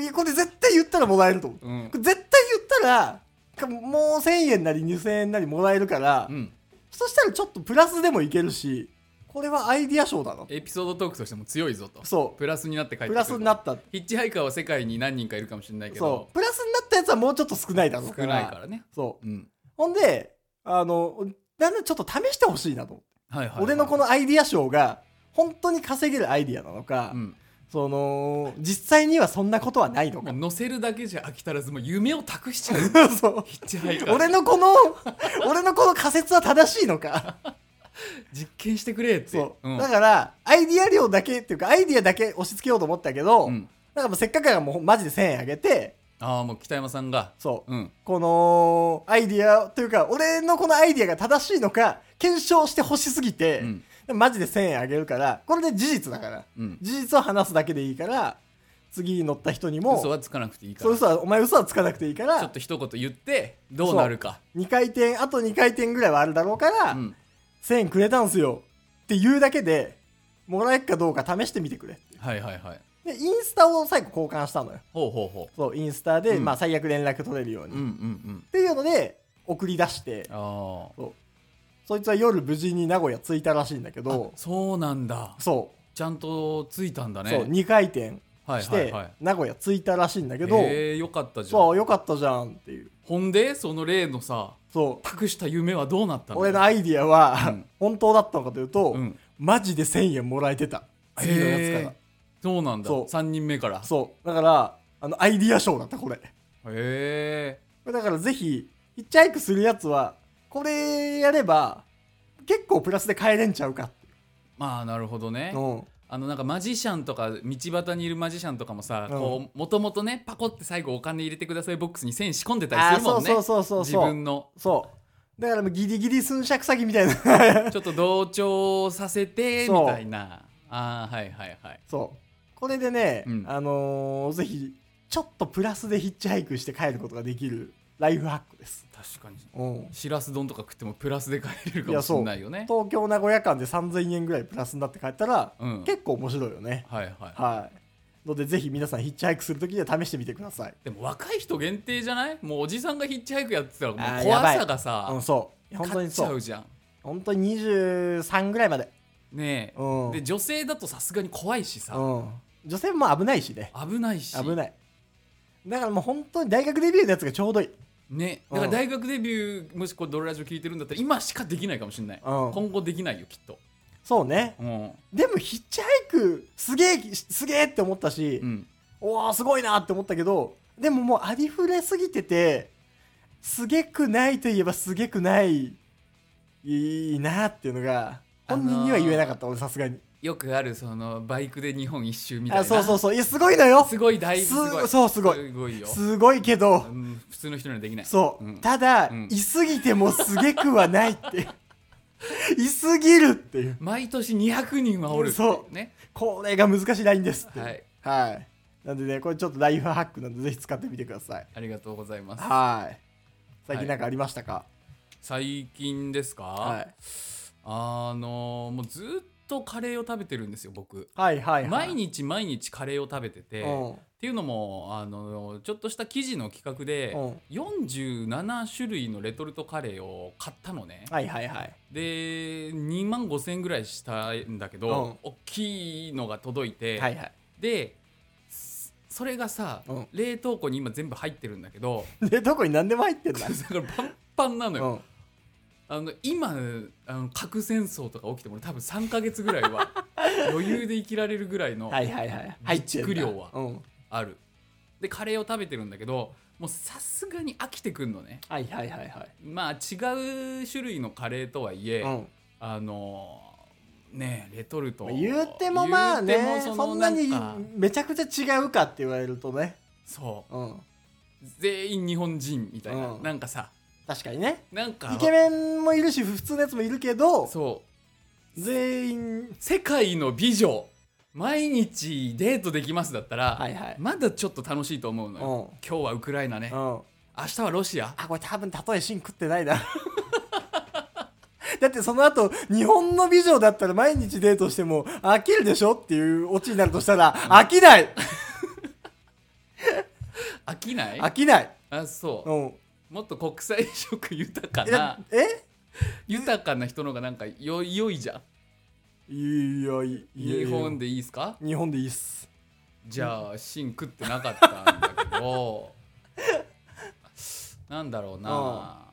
[SPEAKER 2] いやこれ絶対言ったらもらえると思う、
[SPEAKER 1] うん
[SPEAKER 2] これ絶対言ったらかもう1000円なり2000円なりもらえるから、
[SPEAKER 1] うん、
[SPEAKER 2] そしたらちょっとプラスでもいけるしこれはアイディア賞だな
[SPEAKER 1] エピソードトークとしても強いぞと
[SPEAKER 2] そう
[SPEAKER 1] プラスになって帰ってく
[SPEAKER 2] プ
[SPEAKER 1] る
[SPEAKER 2] ラスになった
[SPEAKER 1] ヒッチハイカーは世界に何人かいるかもしれないけ
[SPEAKER 2] そ
[SPEAKER 1] ど
[SPEAKER 2] うプラスになったやつはもうちょっと少ないだろう
[SPEAKER 1] 少ないからね
[SPEAKER 2] そう
[SPEAKER 1] うん
[SPEAKER 2] ほんであのだんだんちょっと試してほしいなと思って、
[SPEAKER 1] はいはいはい、
[SPEAKER 2] 俺のこのアイディア賞が本当に稼げるアイディアなのか、
[SPEAKER 1] うん、
[SPEAKER 2] その実際にはそんなことはないの
[SPEAKER 1] も
[SPEAKER 2] か
[SPEAKER 1] う乗せるだけじゃ飽き足らずもう夢を託しちゃう
[SPEAKER 2] そう
[SPEAKER 1] ヒッチハイカー
[SPEAKER 2] 俺のこの俺のこの仮説は正しいのか
[SPEAKER 1] 実験してくれって
[SPEAKER 2] そう、
[SPEAKER 1] ん
[SPEAKER 2] だからアイディア量だけっていうかアイディアだけ押し付けようと思ったけど、
[SPEAKER 1] うん
[SPEAKER 2] なんかもうせっかくやからもうマジで1000円あげて
[SPEAKER 1] ああもう北山さんが
[SPEAKER 2] そう、
[SPEAKER 1] うん
[SPEAKER 2] このアイディアというか俺のこのアイディアが正しいのか検証してほしすぎて
[SPEAKER 1] う、ん
[SPEAKER 2] マジで1000円あげるからこれで事実だから
[SPEAKER 1] うん
[SPEAKER 2] 事実を話すだけでいいから次に乗った人にも
[SPEAKER 1] 嘘はつかなくていいか
[SPEAKER 2] そう
[SPEAKER 1] らち
[SPEAKER 2] 嘘はお前嘘はつかなくていいか
[SPEAKER 1] ょっ
[SPEAKER 2] ら
[SPEAKER 1] と一言言ってどうなるか
[SPEAKER 2] 2回転あと2回転ぐらいはあるだろうから、
[SPEAKER 1] うん
[SPEAKER 2] 1000円くれたんすよって言うだけでもらえるかどうか試してみてくれ
[SPEAKER 1] はいはいはい
[SPEAKER 2] でインスタを最後交換したのよ
[SPEAKER 1] ほうほうほ
[SPEAKER 2] そうインスタで、
[SPEAKER 1] うん
[SPEAKER 2] まあ、最悪連絡取れるように、
[SPEAKER 1] ううん
[SPEAKER 2] っ
[SPEAKER 1] うんうん
[SPEAKER 2] ていうので送り出して
[SPEAKER 1] ああ
[SPEAKER 2] そいつは夜無事に名古屋着いたらしいんだけど
[SPEAKER 1] そうなんだ
[SPEAKER 2] そ
[SPEAKER 1] ちゃんとついたんだ
[SPEAKER 2] う,、
[SPEAKER 1] ね
[SPEAKER 2] そう2回転
[SPEAKER 1] はい
[SPEAKER 2] し
[SPEAKER 1] はい
[SPEAKER 2] て
[SPEAKER 1] はい
[SPEAKER 2] 名古屋着いたらしいんだけど、
[SPEAKER 1] えー、よかったじゃ
[SPEAKER 2] そ
[SPEAKER 1] ん
[SPEAKER 2] うよかったじゃんっていう
[SPEAKER 1] ほんでその例のさ
[SPEAKER 2] そう
[SPEAKER 1] 託した夢はどうなったの
[SPEAKER 2] 俺のアイディアは、
[SPEAKER 1] うん
[SPEAKER 2] 本当だったのかというと、
[SPEAKER 1] うん
[SPEAKER 2] マジで1000円もらえてた次のやつから、
[SPEAKER 1] へーそうなんだ
[SPEAKER 2] そう
[SPEAKER 1] 3人目から
[SPEAKER 2] そうだからあのアイディア賞だったこれ
[SPEAKER 1] へえ
[SPEAKER 2] これだからぜひヒッチハイクするやつはこれやれば結構プラスで帰れんちゃうかって
[SPEAKER 1] まあなるほどね
[SPEAKER 2] うん
[SPEAKER 1] あのなんかマジシャンとか道端にいるマジシャンとかもさ
[SPEAKER 2] うん
[SPEAKER 1] もともとねパコって最後お金入れてくださいボックスに線仕込んでた
[SPEAKER 2] あ
[SPEAKER 1] り
[SPEAKER 2] あ
[SPEAKER 1] する
[SPEAKER 2] そ
[SPEAKER 1] も
[SPEAKER 2] うんそ
[SPEAKER 1] ね
[SPEAKER 2] うそうそう
[SPEAKER 1] 自
[SPEAKER 2] そう
[SPEAKER 1] 分の
[SPEAKER 2] そうだからもうギリギリ寸尺詐欺みたいな
[SPEAKER 1] ちょっと同調させてみ
[SPEAKER 2] そう
[SPEAKER 1] たいなああはいはいはい
[SPEAKER 2] そうこれでね、
[SPEAKER 1] うん
[SPEAKER 2] あのーぜひちょっとプラスでヒッチハイクして帰ることができるライフハックです
[SPEAKER 1] 確かに
[SPEAKER 2] うん
[SPEAKER 1] しらす丼とか食ってもプラスで買えるかもしれないよね
[SPEAKER 2] 東京名古屋間で3000円ぐらいプラスになって帰ったら、
[SPEAKER 1] うん
[SPEAKER 2] 結構面白いよね
[SPEAKER 1] はいはい
[SPEAKER 2] はいので、ぜひ皆さんヒッチハイクするときには試してみてください。
[SPEAKER 1] でも若い人限定じゃないもうおじさんがヒッチハイクやってたらも
[SPEAKER 2] あ
[SPEAKER 1] う
[SPEAKER 2] ー
[SPEAKER 1] 怖
[SPEAKER 2] やばい
[SPEAKER 1] さが
[SPEAKER 2] う
[SPEAKER 1] さ
[SPEAKER 2] ん、そう。本当
[SPEAKER 1] 勝っ
[SPEAKER 2] に
[SPEAKER 1] ちゃ
[SPEAKER 2] そうう。
[SPEAKER 1] じゃん
[SPEAKER 2] 本当に23ぐらいまで。
[SPEAKER 1] ねえ、
[SPEAKER 2] うん
[SPEAKER 1] で女性だとさすがに怖いし
[SPEAKER 2] う
[SPEAKER 1] さ、
[SPEAKER 2] ん。女性も危ないしね。
[SPEAKER 1] 危ないし
[SPEAKER 2] 危ない。だからもう本当に大学デビューのやつがちょうどいい。
[SPEAKER 1] ね
[SPEAKER 2] う
[SPEAKER 1] だか
[SPEAKER 2] ん
[SPEAKER 1] ら大学デビューもしこれドロラジオ聞いてるんだったら今しかできないかもしれない、
[SPEAKER 2] うん
[SPEAKER 1] 今後できないよきっと
[SPEAKER 2] そうね。
[SPEAKER 1] うん、
[SPEAKER 2] でもヒッチハイク、すげえ、すげえって思ったし、
[SPEAKER 1] うん、
[SPEAKER 2] おおすごいなって思ったけどでももうありふれすぎててすげくないといえばすげくないいいなっていうのが本人には言えなかった俺さすがに
[SPEAKER 1] よくあるそのバイクで日本一周みたいな
[SPEAKER 2] あそうそうそういやすごいのよ
[SPEAKER 1] すごいだいぶすごい
[SPEAKER 2] すそうすごい
[SPEAKER 1] すごいよ、
[SPEAKER 2] すごいけ
[SPEAKER 1] う
[SPEAKER 2] ど
[SPEAKER 1] ん、普通の人にはできない
[SPEAKER 2] そう、
[SPEAKER 1] ん
[SPEAKER 2] ただ、
[SPEAKER 1] うん
[SPEAKER 2] いすぎてもすげくはないっていういすぎるっていう
[SPEAKER 1] 毎年200人はおるってい
[SPEAKER 2] そう
[SPEAKER 1] ね
[SPEAKER 2] これが難しいラインですっていう
[SPEAKER 1] はい、
[SPEAKER 2] はい、なんでねこれちょっとライフハックなんでぜひ使ってみてください
[SPEAKER 1] ありがとうございます
[SPEAKER 2] はい最近なんかありましたか
[SPEAKER 1] 最近ですか、
[SPEAKER 2] はい
[SPEAKER 1] あのもうずっとカレーを食べてるんですよ僕
[SPEAKER 2] はいはいはい
[SPEAKER 1] 毎日毎日カレーを食べてて、
[SPEAKER 2] うん
[SPEAKER 1] っていうのもあのちょっとした記事の企画で、
[SPEAKER 2] うん
[SPEAKER 1] 47種類のレトルトカレーを買ったのね、
[SPEAKER 2] はいはいはい
[SPEAKER 1] で2万5,000円ぐらいしたんだけど、大きいのが届いて、
[SPEAKER 2] はいはい
[SPEAKER 1] でそそれがさ、
[SPEAKER 2] うん
[SPEAKER 1] 冷凍庫に今全部入ってるんだけど
[SPEAKER 2] 冷凍庫に何でも入ってん だ
[SPEAKER 1] だからパンパンなの
[SPEAKER 2] う
[SPEAKER 1] よ、
[SPEAKER 2] ん
[SPEAKER 1] あの今あの核戦争とか起きても多分3か月ぐらい は余裕で生きられるぐらいの
[SPEAKER 2] はいはいはい入ってんだ
[SPEAKER 1] 備蓄量は
[SPEAKER 2] うん
[SPEAKER 1] あるでカレーを食べてるんだけどもうさすがに飽きてくんのね
[SPEAKER 2] はいはいはいはい
[SPEAKER 1] まあ違う種類のカレーとはいえ、
[SPEAKER 2] うん
[SPEAKER 1] あのねえレトルト
[SPEAKER 2] 言うてもまあ
[SPEAKER 1] 言
[SPEAKER 2] ね
[SPEAKER 1] うても
[SPEAKER 2] そんなに
[SPEAKER 1] か
[SPEAKER 2] めちゃくちゃ違うかって言われるとね
[SPEAKER 1] そう
[SPEAKER 2] うん
[SPEAKER 1] 全員日本人みたいな、
[SPEAKER 2] うん
[SPEAKER 1] なんかさ
[SPEAKER 2] 確かにね
[SPEAKER 1] なんか
[SPEAKER 2] イケメンもいるし普通のやつもいるけど
[SPEAKER 1] そう
[SPEAKER 2] 全員
[SPEAKER 1] 世界の美女毎日デートできますだったら、
[SPEAKER 2] はいはい
[SPEAKER 1] まだちょっと楽しいと思うの
[SPEAKER 2] う
[SPEAKER 1] よ、
[SPEAKER 2] ん
[SPEAKER 1] 今日はウクライナね、
[SPEAKER 2] うん
[SPEAKER 1] 明日はロシア
[SPEAKER 2] あこれ多分例えシン食ってないな だってその後日本の美女だったら毎日デートしても飽きるでしょっていうオチになるとしたら飽きない
[SPEAKER 1] 飽きない
[SPEAKER 2] 飽きない
[SPEAKER 1] あそう、
[SPEAKER 2] うん
[SPEAKER 1] もっと国際色豊か
[SPEAKER 2] えだ
[SPEAKER 1] な
[SPEAKER 2] え
[SPEAKER 1] 豊かな人の方がなんかよ良いじゃん
[SPEAKER 2] いやいや
[SPEAKER 1] 日本
[SPEAKER 2] で
[SPEAKER 1] でいいですか
[SPEAKER 2] 日本でいいっす
[SPEAKER 1] じゃあ芯食ってなかったんだけど なんだろうな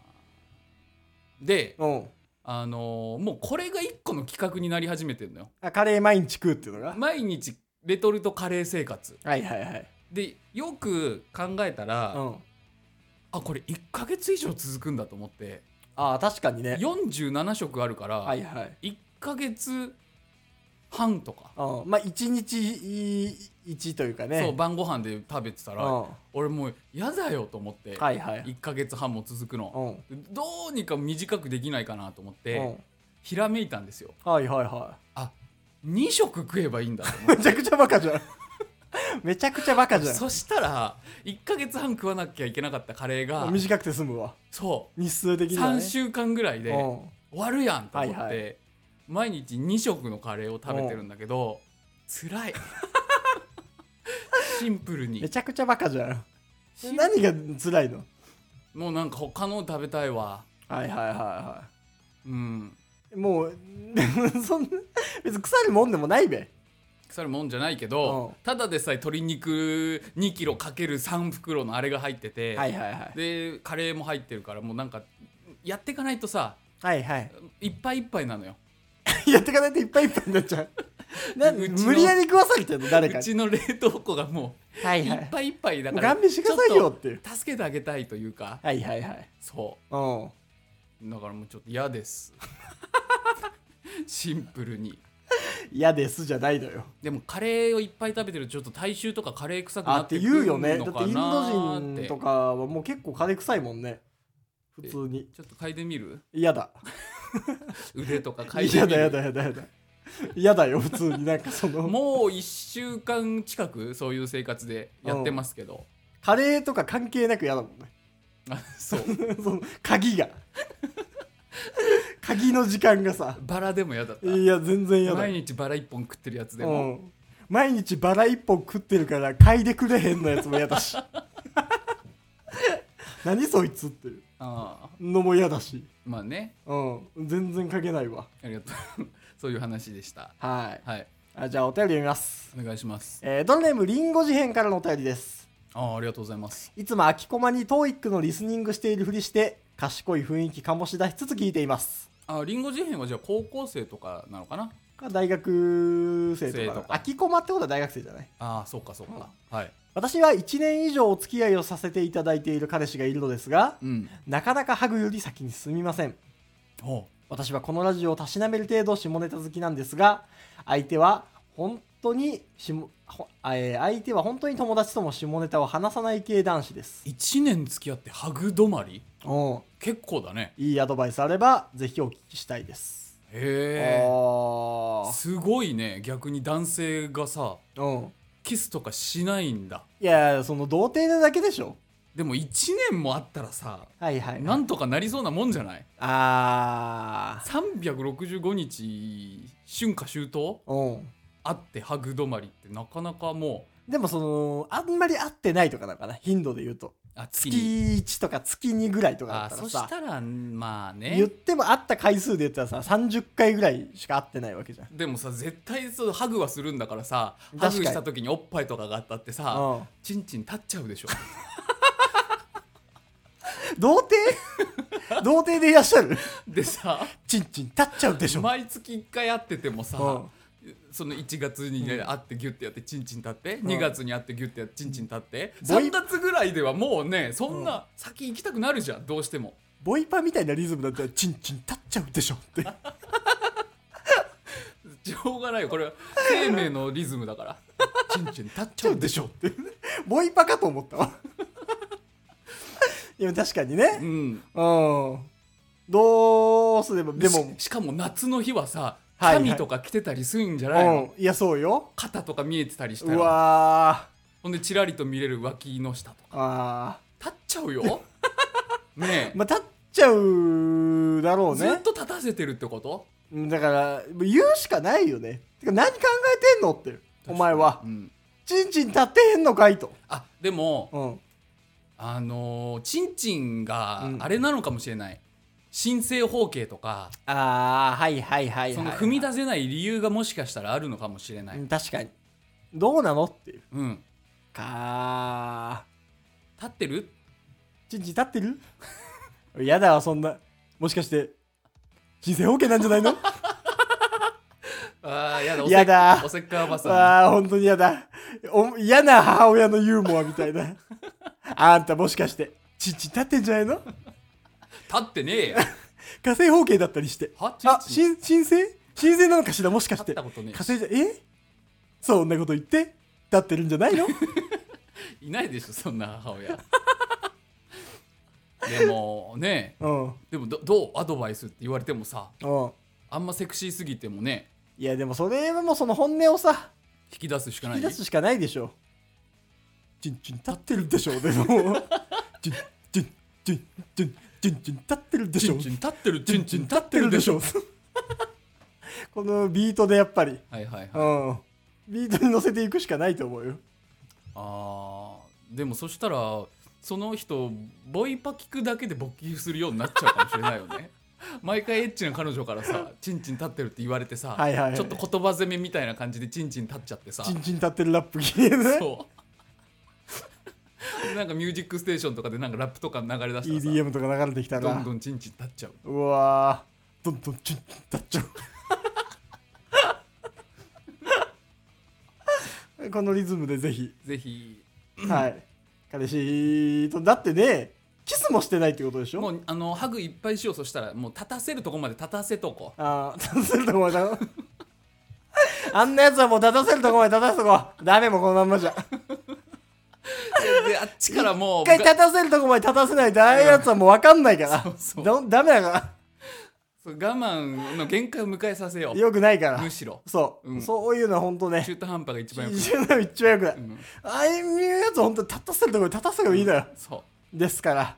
[SPEAKER 1] で
[SPEAKER 2] うん
[SPEAKER 1] あのーもうこれが一個の企画になり始めてるのよ
[SPEAKER 2] あカレー毎日食うっていうのが、
[SPEAKER 1] 毎日レトルトカレー生活
[SPEAKER 2] はいはいはい
[SPEAKER 1] でよく考えたら、
[SPEAKER 2] うん
[SPEAKER 1] あこれ1ヶ月以上続くんだと思って
[SPEAKER 2] ああ確かにね
[SPEAKER 1] 47食あるから、
[SPEAKER 2] はいはい
[SPEAKER 1] 1ヶ月半とか、
[SPEAKER 2] うんまあ一日一というかね
[SPEAKER 1] そう晩ご飯で食べてた
[SPEAKER 2] うん
[SPEAKER 1] ら、俺もう嫌だよと思って、
[SPEAKER 2] はいはい
[SPEAKER 1] 1ヶ月半も続くの、
[SPEAKER 2] うん
[SPEAKER 1] どうにか短くできないかなと思って、
[SPEAKER 2] うん
[SPEAKER 1] ひらめいたんですよ
[SPEAKER 2] はいはいは
[SPEAKER 1] あ2食食えばいいんだ と思
[SPEAKER 2] いめちゃくちゃバカじゃんめちゃくちゃバカじ
[SPEAKER 1] って
[SPEAKER 2] ゃん
[SPEAKER 1] そしたら1か月半食わなきゃいけなかったカレーが
[SPEAKER 2] 短くて済むわ
[SPEAKER 1] そ
[SPEAKER 2] 日数
[SPEAKER 1] う
[SPEAKER 2] 的には、ね、
[SPEAKER 1] 3週間ぐらいで
[SPEAKER 2] う
[SPEAKER 1] 終
[SPEAKER 2] ん
[SPEAKER 1] わるやんと思って、
[SPEAKER 2] はいは
[SPEAKER 1] 毎日2食のカレーを食べてるんだけど辛い シンプル
[SPEAKER 2] め
[SPEAKER 1] に
[SPEAKER 2] ちゃくちゃバカじゃん
[SPEAKER 1] シン
[SPEAKER 2] 何が辛いの
[SPEAKER 1] もうなんか他の食べたいわ
[SPEAKER 2] はいはいはいは
[SPEAKER 1] うん
[SPEAKER 2] いもう そんな別に腐るもんでもないべ
[SPEAKER 1] 腐るもんじゃないけど、
[SPEAKER 2] うん
[SPEAKER 1] ただでさえ鶏肉2キロかける3袋のあれが入ってて、
[SPEAKER 2] はいはいはい
[SPEAKER 1] でカレーも入ってるからもうなんかやっていかないとさ
[SPEAKER 2] はいはい
[SPEAKER 1] いっぱいいっぱいなのよ
[SPEAKER 2] やってかないといっぱいいっぱいになっち ゃう。なん
[SPEAKER 1] うちの
[SPEAKER 2] 無理やり食わされてるの誰か
[SPEAKER 1] う
[SPEAKER 2] に。
[SPEAKER 1] ちの冷凍庫がも
[SPEAKER 2] は
[SPEAKER 1] う
[SPEAKER 2] い
[SPEAKER 1] い
[SPEAKER 2] は
[SPEAKER 1] っ
[SPEAKER 2] い。
[SPEAKER 1] ぱいいっぱいだ
[SPEAKER 2] も
[SPEAKER 1] か
[SPEAKER 2] う
[SPEAKER 1] ら
[SPEAKER 2] 勘弁してくださいよっていう
[SPEAKER 1] ちょっと助けてあげたいというか
[SPEAKER 2] はいはいはい。
[SPEAKER 1] そ
[SPEAKER 2] うん。
[SPEAKER 1] うだからもうちょっと嫌ですシンプルに
[SPEAKER 2] 嫌ですじゃないのよ。
[SPEAKER 1] でもカレーをいっぱい食べてるとちょっと体臭とかカレー臭く
[SPEAKER 2] あ
[SPEAKER 1] な
[SPEAKER 2] っ
[SPEAKER 1] って
[SPEAKER 2] て
[SPEAKER 1] くる
[SPEAKER 2] 言うよ
[SPEAKER 1] のかな
[SPEAKER 2] ね。だってインド
[SPEAKER 1] ーっ
[SPEAKER 2] 人
[SPEAKER 1] て
[SPEAKER 2] とかはもう結構カレー臭いもんね。普通に。
[SPEAKER 1] ちょっと嗅いでみる
[SPEAKER 2] 嫌だ。
[SPEAKER 1] 腕とか嗅いで
[SPEAKER 2] 嫌
[SPEAKER 1] み
[SPEAKER 2] だ
[SPEAKER 1] る
[SPEAKER 2] 嫌だ嫌だ嫌だ。嫌だよ普通になんかその
[SPEAKER 1] もう1週間近くそういう生活でやってますけど、
[SPEAKER 2] カレーとか関係なく嫌だもんね。
[SPEAKER 1] あ そう
[SPEAKER 2] その鍵が。鍵の時間がさ。
[SPEAKER 1] バラでも嫌だった
[SPEAKER 2] いや全然嫌だ。
[SPEAKER 1] 毎日バラ1本食ってるやつで
[SPEAKER 2] う
[SPEAKER 1] も、
[SPEAKER 2] ん、毎日バラ一本食ってるから嗅いでくれへんのやつも嫌だし 何そいつっていう
[SPEAKER 1] ああ
[SPEAKER 2] のも嫌だし
[SPEAKER 1] まあね
[SPEAKER 2] うん全然嗅げないわ
[SPEAKER 1] ありがとう そういう話でした
[SPEAKER 2] はい
[SPEAKER 1] はい
[SPEAKER 2] あじゃあお便り読みます
[SPEAKER 1] お願いします
[SPEAKER 2] えー、ドルネームリンゴ事変からのお便りです
[SPEAKER 1] ああありがとうございます
[SPEAKER 2] いつも空きコマに TOEIC のリスニングしているふりして賢い雰囲気醸し出しつつ聞いています
[SPEAKER 1] あリンゴ事変はじゃあ高校生とかなのかな
[SPEAKER 2] か大学生と
[SPEAKER 1] 生
[SPEAKER 2] か
[SPEAKER 1] とか
[SPEAKER 2] 空きコマってことは大学生じゃない
[SPEAKER 1] ああそうかそうか、はい
[SPEAKER 2] 私は1年以上お付き合いをさせていただいている彼氏がいるのですが
[SPEAKER 1] うん
[SPEAKER 2] なかなかハグより先に進みません
[SPEAKER 1] ほ
[SPEAKER 2] 私はこのラジオをたしなめる程度下ネタ好きなんですが相手は本当にしもほえー相手は本当に友達とも下ネタを話さない系男子です
[SPEAKER 1] う1年付き合ってハグ止まり
[SPEAKER 2] うん
[SPEAKER 1] 結構だね
[SPEAKER 2] いいアドバイスあればぜひお聞きしたいです
[SPEAKER 1] へえ
[SPEAKER 2] あ
[SPEAKER 1] すごいね逆に男性がさ
[SPEAKER 2] ーうん
[SPEAKER 1] キスとかしないんだ
[SPEAKER 2] いやいやその童貞なだけでしょ
[SPEAKER 1] でも1年もあったらさ
[SPEAKER 2] はいはい
[SPEAKER 1] なんとかなりそうなもんじゃない
[SPEAKER 2] ああ
[SPEAKER 1] 365日春夏秋冬
[SPEAKER 2] うん
[SPEAKER 1] あってハグ止まりってなかなかも
[SPEAKER 2] でもそのあんまり会ってないとかなのかな頻度で言うと
[SPEAKER 1] うあ月
[SPEAKER 2] 月
[SPEAKER 1] に
[SPEAKER 2] 1とか月2ぐらいとかだ
[SPEAKER 1] あ
[SPEAKER 2] ったら
[SPEAKER 1] そ
[SPEAKER 2] さ
[SPEAKER 1] したらまあ
[SPEAKER 2] 言
[SPEAKER 1] ね
[SPEAKER 2] っても会った回数で言ったらさ30回ぐらいしか会ってないわけじゃん
[SPEAKER 1] でもさ絶対そうハグはするんだからさ
[SPEAKER 2] 確か
[SPEAKER 1] ハ
[SPEAKER 2] に
[SPEAKER 1] グした時におっぱいとかがあったってさ
[SPEAKER 2] うん
[SPEAKER 1] チンチン立っちゃうで しょ
[SPEAKER 2] 童貞 童貞でいらっしゃる
[SPEAKER 1] でさ
[SPEAKER 2] ちんちん立っちゃうでしょ、
[SPEAKER 1] 毎月1回会っててもさ、
[SPEAKER 2] うん
[SPEAKER 1] その1月にね会ってギュッてやってチンチン立って、
[SPEAKER 2] ん
[SPEAKER 1] 2月に会ってギュッてやってチンチン立って、
[SPEAKER 2] うん
[SPEAKER 1] 3月ぐらいではもうねそんな先行きたくなるじゃんどうしても
[SPEAKER 2] ボイパみたいなリズムだったらちんちん立っちゃうでしょって
[SPEAKER 1] しょうがないよこれは生命のリズムだから チンチン立っちゃうでしょって
[SPEAKER 2] ボイパかと思っ たわいや確かに
[SPEAKER 1] う
[SPEAKER 2] ね
[SPEAKER 1] ん
[SPEAKER 2] うんどうすればでも
[SPEAKER 1] ししかも夏の日はさ
[SPEAKER 2] はいはい
[SPEAKER 1] 髪とか着てたりするんじゃないの、
[SPEAKER 2] うんいやそうよ
[SPEAKER 1] 肩とか見えてたりした
[SPEAKER 2] う
[SPEAKER 1] ら
[SPEAKER 2] わ
[SPEAKER 1] ほんでチラリと見れる脇の下と
[SPEAKER 2] ーあ
[SPEAKER 1] 立っちゃう よねえ
[SPEAKER 2] ー、まあ、立っちゃうだろう
[SPEAKER 1] ずっ
[SPEAKER 2] ね
[SPEAKER 1] と立たせてるってこと
[SPEAKER 2] うんだから言うしかないよねてか何考えてんのってお前は
[SPEAKER 1] うん
[SPEAKER 2] ちんちん立ってへんのかいと、
[SPEAKER 1] あでも
[SPEAKER 2] うん、
[SPEAKER 1] あのーチンチンが
[SPEAKER 2] うん
[SPEAKER 1] あれなのかもしれない申請方形とか
[SPEAKER 2] ああはいはいはいはい、
[SPEAKER 1] その踏み出せない理由がもしかしたらあるのかもしれない、
[SPEAKER 2] うん確かにどうなのっていう
[SPEAKER 1] うん、
[SPEAKER 2] か
[SPEAKER 1] 立ってる
[SPEAKER 2] チンチン立ってるやだわそんなもしかして人生 OK なんじゃないの
[SPEAKER 1] あーやだおせ
[SPEAKER 2] やだ
[SPEAKER 1] おせっかいおばさん
[SPEAKER 2] ああ本当にやだお嫌な母親のユーモアみたいなあんたもしかしてチンチン立ってんじゃないの
[SPEAKER 1] 立ってねえよ
[SPEAKER 2] 火星方形だったりして
[SPEAKER 1] はチン
[SPEAKER 2] あ
[SPEAKER 1] チン
[SPEAKER 2] しん申請申請なのかしらもしかし
[SPEAKER 1] 立ってたことね
[SPEAKER 2] 火星じゃえそんなこと言って立ってるんじゃない の
[SPEAKER 1] えいないでしょそんな母 親でもね
[SPEAKER 2] うん
[SPEAKER 1] でもどどうアドバイスって言われてもさ
[SPEAKER 2] うん
[SPEAKER 1] あんまセクシーすぎてもね
[SPEAKER 2] いやでもそれはもうその本音をさ
[SPEAKER 1] 引き出すしかな
[SPEAKER 2] 引
[SPEAKER 1] い
[SPEAKER 2] き出すしかないでしょチンチン立ってるでしょでもチンチンチンチンチンチン立ってるでし
[SPEAKER 1] チ
[SPEAKER 2] ょ
[SPEAKER 1] ンチン立ってるチンチン立
[SPEAKER 2] 立
[SPEAKER 1] っ
[SPEAKER 2] って
[SPEAKER 1] て
[SPEAKER 2] る
[SPEAKER 1] る
[SPEAKER 2] で
[SPEAKER 1] で
[SPEAKER 2] し
[SPEAKER 1] しょ
[SPEAKER 2] ょこのビートでやっぱり
[SPEAKER 1] はいはいはい
[SPEAKER 2] うんビートに乗せていくしかないと思うよ
[SPEAKER 1] あーでもそしたらその人ボイパ聞くだけで勃起するようになっちゃうかもしれないよね 毎回エッチな彼女からさ「チンチン立ってる」って言われてさ、
[SPEAKER 2] はいはいはい
[SPEAKER 1] ちょっと言葉攻めみたいな感じでチンチン立っちゃってさ
[SPEAKER 2] チンチン立ってるラップ聞いてね
[SPEAKER 1] そう なんか「ミュージックステーション」とかでなんかラップとか流れ出したらさ
[SPEAKER 2] EDM とか流れてきた
[SPEAKER 1] どん
[SPEAKER 2] ら
[SPEAKER 1] どんチンチン立っちゃう
[SPEAKER 2] うわーどんどんチンチン立っ ちゃうこのリズムでぜひ
[SPEAKER 1] ぜひ
[SPEAKER 2] はい。彼氏と、だってね、キスもしてないってことでし
[SPEAKER 1] も
[SPEAKER 2] ょ
[SPEAKER 1] うあのハグいっぱいしようそしたらもう立たせるとこまで立たせと こう
[SPEAKER 2] ああ、立たせるとこまで。あんなやつはもう立たせるとこまで立たせとこ。ダメもうこのまんまじゃ。
[SPEAKER 1] でであっちからもう
[SPEAKER 2] 一回立たせるとこまで立たせないと、ああいうやつはもうわかんないから。
[SPEAKER 1] そうそう
[SPEAKER 2] どダメだか
[SPEAKER 1] そう我慢の限界を迎えさせよ
[SPEAKER 2] ら。
[SPEAKER 1] う
[SPEAKER 2] よくないから
[SPEAKER 1] む。しろ
[SPEAKER 2] そう、
[SPEAKER 1] うん
[SPEAKER 2] そういうのは本当ね。
[SPEAKER 1] 中途半端が一番よくない
[SPEAKER 2] 一番一番よくない。
[SPEAKER 1] うん
[SPEAKER 2] ああいうやつは本当に立たせるとこまで立たせればいいのよ。
[SPEAKER 1] そう
[SPEAKER 2] ですから、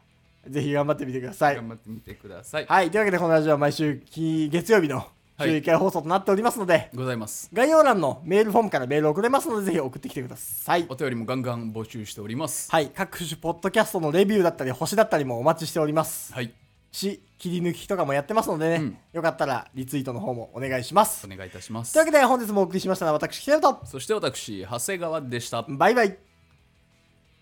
[SPEAKER 2] ぜひ頑張ってみてください。
[SPEAKER 1] 頑張ってみてください。
[SPEAKER 2] はい。というわけで、このラジオは毎週金月曜日の
[SPEAKER 1] はい
[SPEAKER 2] 11回放送となっておりますので、
[SPEAKER 1] ございます
[SPEAKER 2] 概要欄のメールフォームからメールを送れますので、ぜひ送ってきてください
[SPEAKER 1] お。便りもガンガン募集しております
[SPEAKER 2] はい、各種ポッドキャストのレビューだったり、星だったりもお待ちしております。
[SPEAKER 1] はい
[SPEAKER 2] し、切り抜きとかもやってますのでね、
[SPEAKER 1] うん
[SPEAKER 2] よかったらリツイートの方もお願いします。
[SPEAKER 1] お願いいたします
[SPEAKER 2] というわけで、本日もお送りしましたのは私、北山と、
[SPEAKER 1] そして私長谷川でした
[SPEAKER 2] バイバイ。